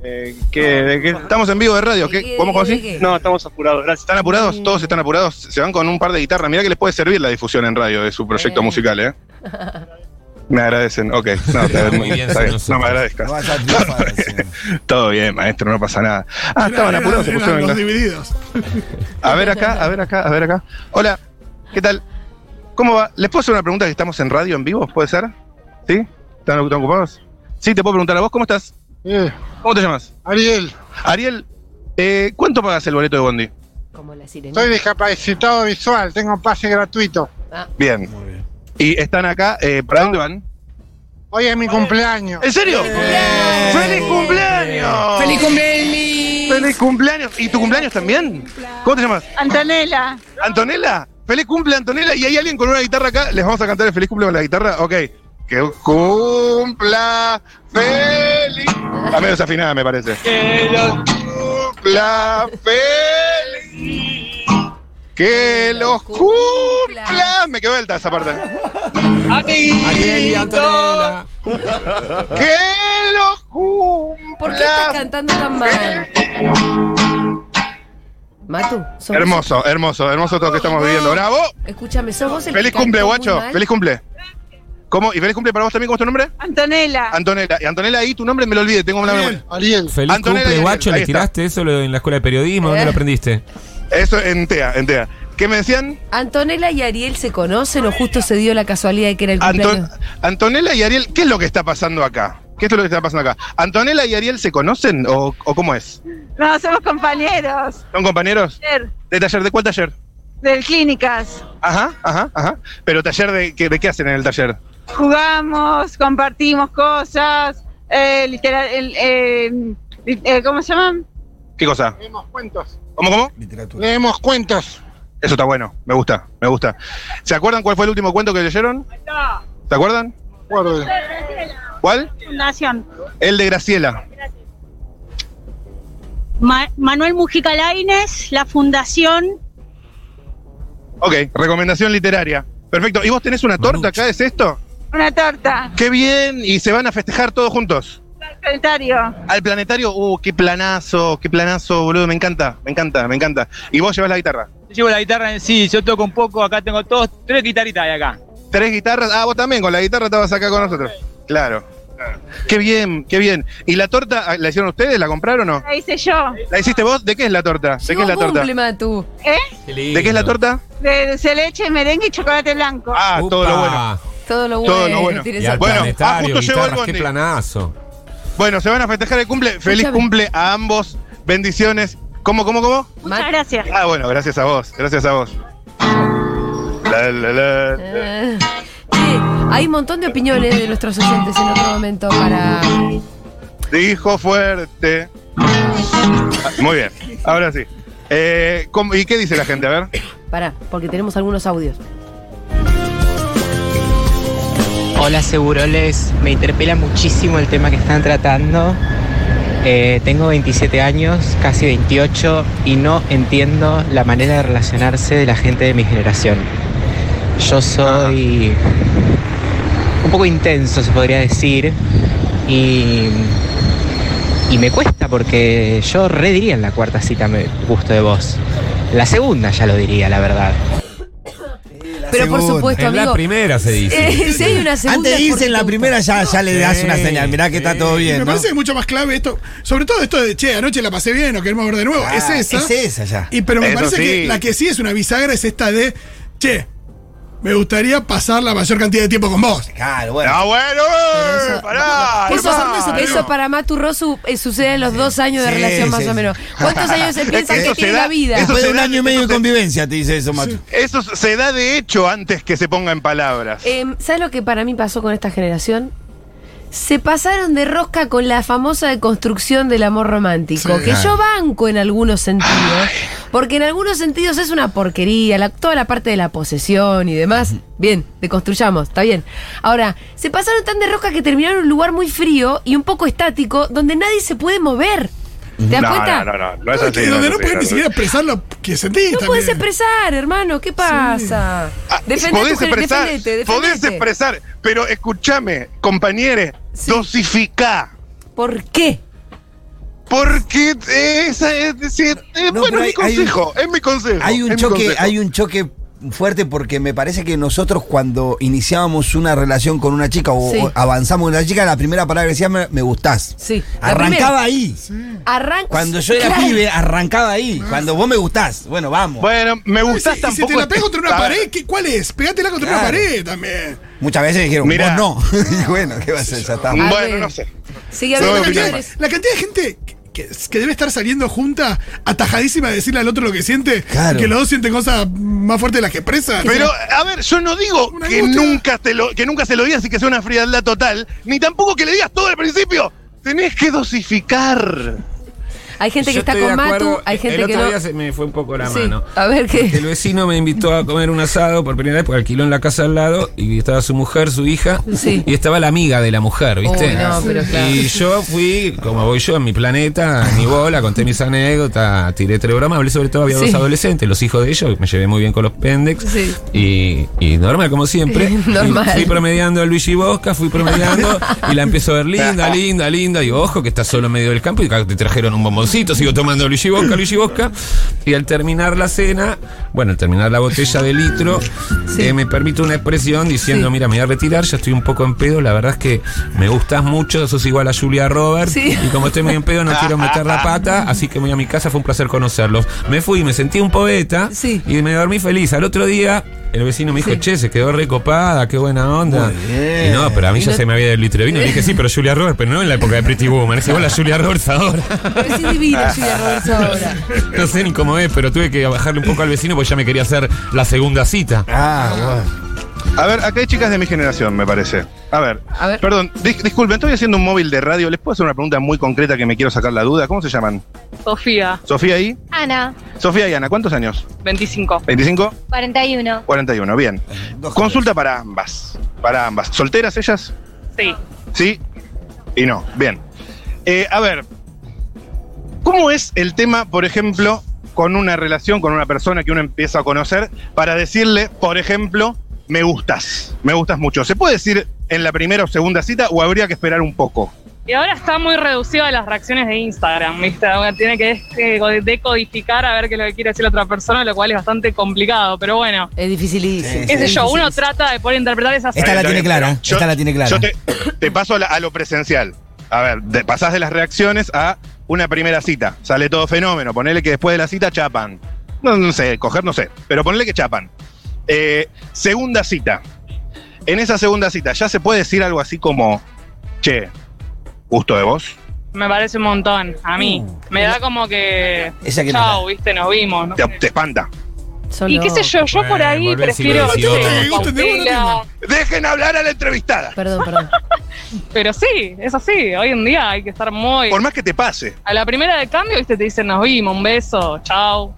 Eh, ¿qué- de qué- ¿Estamos en vivo de radio?
¿De
¿Qué,
qué-
¿Cómo, cómo
de
así?
qué?
No, estamos apurados, gracias.
¿Están apurados? Todos están apurados. Se van con un par de guitarras. Mirá que les puede servir la difusión en radio de su proyecto
Eh.
musical, ¿eh? Me agradecen. Ok. No, está
Muy bien,
está
señor.
No me
No
agradezcas.
vas a triunfar, sí.
Todo bien, maestro, no pasa nada. Ah,
Era-
estaban
eran-
apurados, se
eran
pusieron en
los
la-
divididos.
A ver acá, a ver acá, a ver acá. Hola, ¿qué tal? ¿Cómo va? ¿Les puedo hacer una pregunta que estamos en radio en vivo? ¿Puede ser? ¿Sí? ¿Están ocu- están ocupados? Sí, te puedo preguntar a vos, ¿cómo estás? ¿Cómo te llamas?
Eh. Ariel,
Ariel, eh, ¿cuánto pagas el boleto de Bondi?
Como la sirenita.
soy discapacitado visual, tengo pase gratuito.
Bien. Y están acá, eh, ¿para dónde van?
Hoy es mi cumpleaños.
¿En serio? ¡Feliz cumpleaños! ¡Feliz cumpleaños! ¡Feliz cumpleaños! ¿Y tu cumpleaños también? ¿Cómo te llamas?
Antonella.
Antonella, feliz cumple Antonella. Y hay alguien con una guitarra acá. Les vamos a cantar el feliz cumple con la guitarra. Ok. Que cumpla feliz. Está medio desafinada, me parece.
Que los-
Cumpla feliz. Que los cumpla. Me quedó vuelta esa parte.
Ariel y Antonella.
Que los
¿Por qué estás
cumpla.
cantando tan mal? Matu, sos-
Hermoso, hermoso, hermoso todo lo que estamos viviendo. ¡Bravo!
Escúchame, sos vos el que
¡Feliz
cantó
cumple,
muy
guacho!
mal.
¡Feliz cumple! ¿Cómo? ¿Y feliz cumple para vos también? ¿Cómo es tu nombre?
Antonela.
Antonella. Y Antonella, ahí tu nombre me lo olvidé. Tengo una memoria.
Ariel,
Feliz
Antonella y
cumple,
Ariel,
guacho.
ahí
¿Le
está.
tiraste eso lo- en la escuela de periodismo? ¿Dónde
Eh.
lo aprendiste?
Eso en TEA, en TEA. ¿Qué me decían?
Antonella y Ariel se conocen o justo se dio la casualidad de que era el
Anton-
cumpleaños.
Antonella y Ariel, ¿qué es lo que está pasando acá? ¿Qué es lo que está pasando acá? ¿Antonella y Ariel se conocen o, o cómo es?
No, somos compañeros.
¿Son compañeros?
Ser
¿De taller? ¿De cuál taller?
Del Clínicas.
Ajá, ajá, ajá. ¿Pero taller de, qué- de qué hacen en el taller?
Jugamos, compartimos cosas. Eh, literal, el, eh, li- eh, ¿Cómo se llaman?
¿Qué cosa?
leemos cuentos.
¿Cómo, cómo?
Literatura.
Leemos cuentos.
Eso está bueno, me gusta, me gusta. ¿Se acuerdan cuál fue el último cuento que leyeron? ¿Se acuerdan?
Acuerdo.
¿Cuál?
Fundación.
El de Graciela.
Ma- Manuel Mujica Laines, la fundación.
Ok, recomendación literaria. Perfecto. ¿Y vos tenés una torta acá? ¿Es esto?
Una torta.
¡Qué bien! Y se van a festejar todos juntos.
Secretario.
Al planetario, uh, qué planazo, qué planazo, boludo, me encanta, me encanta, me encanta. Y vos llevas la guitarra.
Yo llevo la guitarra en sí, yo toco un poco, acá tengo todos, tres guitaritas hay acá.
Tres guitarras, ah, vos también, con la guitarra estabas acá con nosotros. Claro. claro. Qué bien, qué bien. ¿Y la torta ah, la hicieron ustedes? ¿La compraron o no?
La hice yo.
¿La hiciste vos? ¿De qué es la torta? ¿De qué es la torta?
cumple, Matu.
¿Eh?
¿De qué es la torta?
De dulce de leche, merengue y chocolate blanco.
Ah, todo lo bueno.
Todo lo bueno.
Todo lo bueno.
tiene
Y al
esa-
Bueno,
planetario,
ah, justo llegó el
guitarras, qué
bondi.
planazo.
Bueno, se van a festejar el cumple. Feliz
Escúchame.
cumple a ambos. Bendiciones. ¿Cómo, cómo, cómo?
Muchas
Mat-
gracias.
Ah, bueno, gracias a vos, gracias a vos. La, la, la.
Ah. Che, hay un montón de opiniones de nuestros oyentes en otro momento para.
Dijo fuerte. Ah, Muy bien, ahora sí. Eh, ¿cómo- ¿Y qué dice la gente? A ver.
Pará, porque tenemos algunos audios.
Hola Seguroles, me interpela muchísimo el tema que están tratando. Eh, tengo 27 años, casi 28, y no entiendo la manera de relacionarse de la gente de mi generación. Yo soy un poco intenso, se podría decir, y, y me cuesta porque yo re diría en la cuarta cita me gusto de vos. La segunda ya lo diría, la verdad.
Pero por
Segunda.
supuesto,
En la
amigo.
primera se dice.
Eh, si hay una segunda.
Antes de
es
irse en la
porque-
primera ya, ya le das una
Sí,
señal, mirá que está
sí.
todo bien.
me
¿no?
parece que es mucho más clave esto, sobre todo esto de che, anoche la pasé bien, o queremos ver de nuevo.
Ah,
es esa.
Es esa ya.
Y, pero me
Eso
parece que
sí.
la que sí es una bisagra es esta de che, me gustaría pasar la mayor cantidad de tiempo con vos.
Claro, bueno.
Ah, bueno,
eso-
pará.
Eso,
Armame ese
eso
problema.
para Matu Rosu eh, sucede en los dos años de
Sí,
relación
sí,
más o
sí.
menos. ¿Cuántos años se
Es
piensa
que
que
eso
tiene
se da-
la vida?
eso
Después de
se
un
da-
año y medio de convivencia te dice eso, Mato.
Eso se da de hecho antes que se ponga en palabras.
Em, ¿Sabes lo que para mí pasó con esta generación? Se pasaron de rosca con la famosa deconstrucción del amor romántico,
Sí.
que
Claro.
yo banco en algunos sentidos, porque en algunos sentidos es una porquería, la- toda la parte de la posesión y demás. Bien, deconstruyamos, está bien. Ahora, se pasaron tan de rosca que terminaron en un lugar muy frío y un poco estático, donde nadie se puede mover. ¿Te das
no,
cuenta?
no, no, no, no es
Porque
así.
donde
es
no
así,
puedes
no
ni
es
siquiera
así.
expresar lo que sentís.
No puedes
también.
expresar, hermano, ¿qué pasa?
Ah,
Defendé a tu
podés
gen-
expresar,
defendete,
podés
defendete.
expresar, pero escúchame, compañeros,
Sí.
dosificá.
¿Por qué?
Porque esa es decir, eh,
No,
bueno,
pero
es mi
hay- hay
consejo, es mi consejo.
Hay un
es mi
choque,
consejo.
hay un choque fuerte porque me parece que nosotros cuando iniciábamos una relación con una chica o,
Sí.
o avanzamos con una chica, la primera palabra que decíamos me gustás.
Sí, la primera.
Arrancaba ahí.
Arranca.
Cuando yo era
Claro.
pibe, arrancaba ahí. Cuando vos me gustás, bueno, vamos.
Bueno, me
Y
gustás
si, y si
tampoco.
te la
es-
pegas contra
a
una
ver,
pared, ¿qué- ¿cuál es? Pegátela contra una
Claro.
pared también.
Muchas veces dijeron,
Mirá.
vos no. y bueno, ¿qué vas a hacer? Ya está.
A
Bueno,
ver.
no sé.
Sigue
No,
habiendo
la,
no,
cantidad,
mujeres.
la cantidad de gente que, que debe estar saliendo junta, atajadísima de decirle al otro lo que siente,
Claro.
que los dos sienten cosas más fuertes de las que expresan.
Pero, a ver, yo no digo
Una
que
angustia.
nunca, te lo, que nunca se lo digas y que sea una frialdad total, ni tampoco que le digas todo al principio. Tenés que dosificar.
Hay gente que
Yo
está
estoy
con
de acuerdo.
Matu, hay
El
gente que
otro
no.
día se me fue un poco la
Sí,
mano.
A ver
Porque El
qué.
vecino me invitó a comer un asado por primera vez porque alquiló en la casa al lado y estaba su mujer, su hija
Sí.
y estaba la amiga de la mujer, ¿viste?
Uy, no, pero claro.
Y yo fui, como voy yo, en mi planeta, en mi bola, conté mis anécdotas, tiré tres bromas, hablé sobre todo, había
Sí.
dos adolescentes, los hijos de ellos, me llevé muy bien con los pendex
Sí.
y, y normal como siempre.
Normal.
Y Fui promediando a Luigi Bosca, fui promediando y la empiezo a ver linda, linda, linda. Y ojo que está solo en medio del campo y acá te trajeron un bomboncito, sigo tomando Luigi Bosca, Luigi Bosca. Y al terminar la cena, bueno, al terminar la botella de litro,
Sí.
eh, me permito una expresión diciendo,
Sí.
mira, me voy a retirar, ya estoy un poco en pedo, la verdad es que me gustas mucho, sos igual a Julia Roberts.
Sí.
Y como estoy muy en pedo, no quiero meter la pata, así que me voy a mi casa, fue un placer conocerlos. Me fui, me sentí un poeta
Sí.
y me dormí feliz. Al otro día, el vecino me dijo,
Sí.
che, se quedó recopada, qué buena onda.
Muy bien.
Y no, pero a mí
Y
ya
no-
se me había ido el litro de vino. Y dije, sí, pero Julia Roberts, pero no en la época de Pretty Woman, es igual a Julia Roberts ahora.
Pero es divina Julia Roberts ahora.
No sé ni cómo es, pero tuve que bajarle un poco al vecino porque ya me quería hacer la segunda cita.
Ah, bueno.
A ver, acá hay chicas de mi generación, me parece. A ver,
A ver.
perdón, dis- disculpen, estoy haciendo un móvil de radio. ¿Les puedo hacer una pregunta muy concreta que me quiero sacar la duda? ¿Cómo se llaman?
Sofía.
Sofía y
Ana,
Sofía y Ana, ¿cuántos años?
25.
¿25?
41.
41, bien.
Dos
Consulta para ambas. Para ambas. ¿Solteras ellas?
Sí.
Sí y no. Bien. Eh, a ver, ¿cómo es el tema, por ejemplo, con una relación, con una persona que uno empieza a conocer, para decirle, por ejemplo, me gustas, me gustas mucho? ¿Se puede decir en la primera o segunda cita o habría que esperar un poco?
Y ahora está muy reducido a las reacciones de Instagram, ¿viste? Ahora tiene que des- decodificar a ver qué es lo que quiere decir la otra persona, lo cual es bastante complicado, pero bueno.
Es dificilísimo.
Sí,
Qué sé
sí,
yo,
sí,
uno
sí.
trata de poder interpretar esas
Esta la
Está
tiene
bien,
clara,
pero yo-
esta la tiene clara.
Yo te, te paso a, la- a lo presencial. A ver, de- pasás de las reacciones a una primera cita. Sale todo fenómeno. Ponele que después de la cita chapan. No, no sé, coger no sé. Pero ponele que chapan. Eh, segunda cita. En esa segunda cita, ¿ya se puede decir algo así como, che, gusto de vos?
me parece un montón, a mí. Me da como que.
Uh, Esa que no
Chau, ¿viste? Nos vimos. no
Te,
sé.
te espanta.
Son
Y qué sé
locos.
yo, yo por
Bueno,
ahí
volvé al
prefiero.
siglo
sí,
XVIII.
con
Tengo un
pila,
Dejen hablar a la entrevistada.
Perdón, perdón.
Pero sí, es así. Hoy en día hay que estar muy.
Por más que te pase.
A la primera de cambio, viste, te dicen nos vimos, un beso, chau.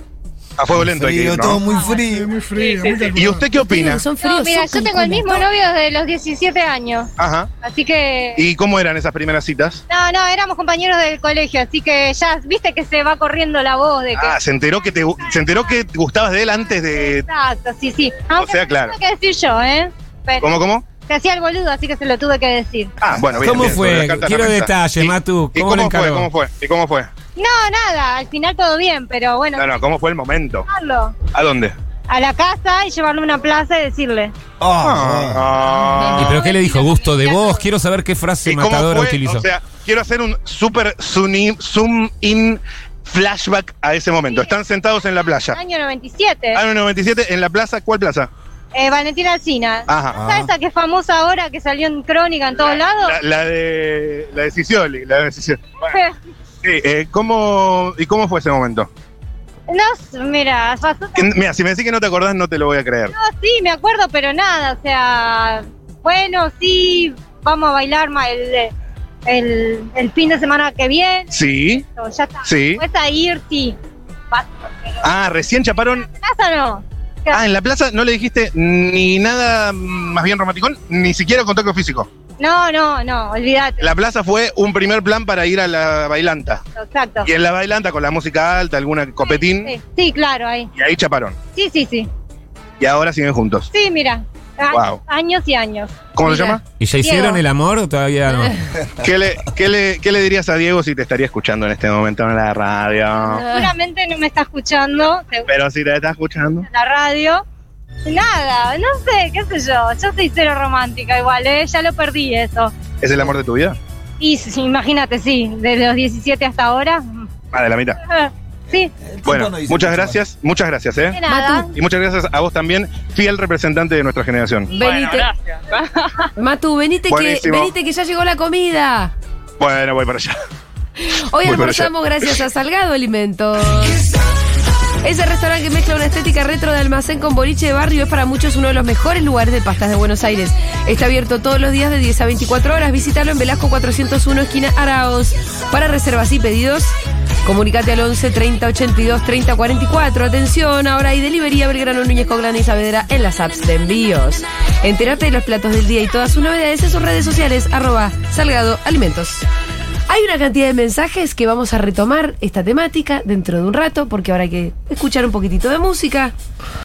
A fuego lento hay que ir,
Frío,
¿no?
todo muy
Es
frío.
muy frío,
Ah, Sí,
muy
sí, sí.
¿Y usted qué opina?
Son fríos. son calculadores.
novio de los 17 años,
Ajá.
así que...
¿Y cómo eran esas primeras citas?
No, no, éramos compañeros del colegio, así que ya viste que se va corriendo la voz de que...
Ah, se enteró que te, se enteró que gustabas de él antes de.
Exacto, sí, sí.
O sea, claro.
Lo tuve que decir yo, ¿eh? Pero
¿Cómo, cómo?
se hacía el boludo, así que se lo tuve que decir.
Ah, bueno, bien,
¿Cómo
bien, sobre las
fue?
cartas
Quiero
de la mesa.
detalles,
¿Y-
Matu.
¿Y
¿Cómo,
cómo
le
fue?
encaró?
¿Cómo fue? ¿Y cómo fue?
No, nada, al final todo bien, pero bueno,
No, no, ¿cómo fue el momento?
Carlos,
¿A dónde?
a la casa y llevarlo a una plaza y decirle.
Ah, ¿Y pero qué le dijo? Gusto de vos. Quiero saber qué frase
Ah. ¿Y cómo
matadora
fue?
utilizó.
O sea, quiero hacer un super zoom in, zoom in flashback a ese momento. Están sentados en la playa.
Año 97.
Ah. Año 97, en la plaza, ¿cuál plaza?
Eh, Valentina Alcina.
Ajá.
¿No ¿Sabes esa que es famosa ahora que salió en Crónica en todos lados?
La, la de la de Scioli, la de Scioli. Bueno, sí, eh, ¿cómo, ¿Y cómo fue ese momento?
no, mira, pasó
Que- Mira, si me decís que no te acordás, no te lo voy a creer.
No, sí, me acuerdo, pero nada, o sea, bueno, sí, vamos a bailar ma- el, el, el fin de semana que viene.
Sí.
No, ya está.
Sí.
Vas a ir, sí. Vas-
Ah, recién chaparon.
¿Vas o no?
Ah, en la plaza no le dijiste ni nada mm, más bien romanticón, ni siquiera con toque físico.
No, no, no, olvídate.
La plaza fue un primer plan para ir a la bailanta.
Exacto.
Y en la bailanta con la música alta, alguna copetín,
Sí, sí, claro, ahí.
y ahí chaparon.
Sí, sí, sí.
Y ahora siguen juntos.
Sí, mira. Años,
Guau.
años y años.
¿Cómo se
Mira.
llama?
¿Y ya hicieron
Diego.
el amor o todavía no?
¿Qué le, qué le- qué le dirías a Diego si te estaría escuchando en este momento en la radio?
Seguramente no me está escuchando, seguro
Pero si te está escuchando.
en la radio. Nada, no sé, qué sé yo. Yo soy cero romántica igual, ¿eh? Ya lo perdí eso.
¿Es el amor de tu vida?
Y sí, imagínate, sí, desde los 17 hasta ahora.
Vale, Ah, la mitad.
Sí,
Bueno, muchas gracias, muchas gracias, ¿eh?
de nada.
Y muchas gracias a vos también, fiel representante de nuestra generación.
Venite. Matu, venite que,
Buenísimo.
venite que ya llegó la comida.
Bueno, voy para allá.
Hoy
Voy para
almorzamos
allá.
gracias a Salgado Alimentos. Ese restaurante que mezcla una estética retro de almacén con boliche de barrio es para muchos uno de los mejores lugares de pastas de Buenos Aires. Está abierto todos los días de 10 a 24 horas. Visítalo en Velasco 401, esquina Araos. Para reservas y pedidos, comunicate al 11 30 82 30 44. Atención, ahora hay delivery a Belgrano Núñez Coglán y Saavedra en las apps de envíos. Entérate de los platos del día y todas sus novedades en sus redes sociales, arroba Salgado Alimentos. Hay una cantidad de mensajes que vamos a retomar esta temática dentro de un rato, porque ahora hay que escuchar un poquitito de música.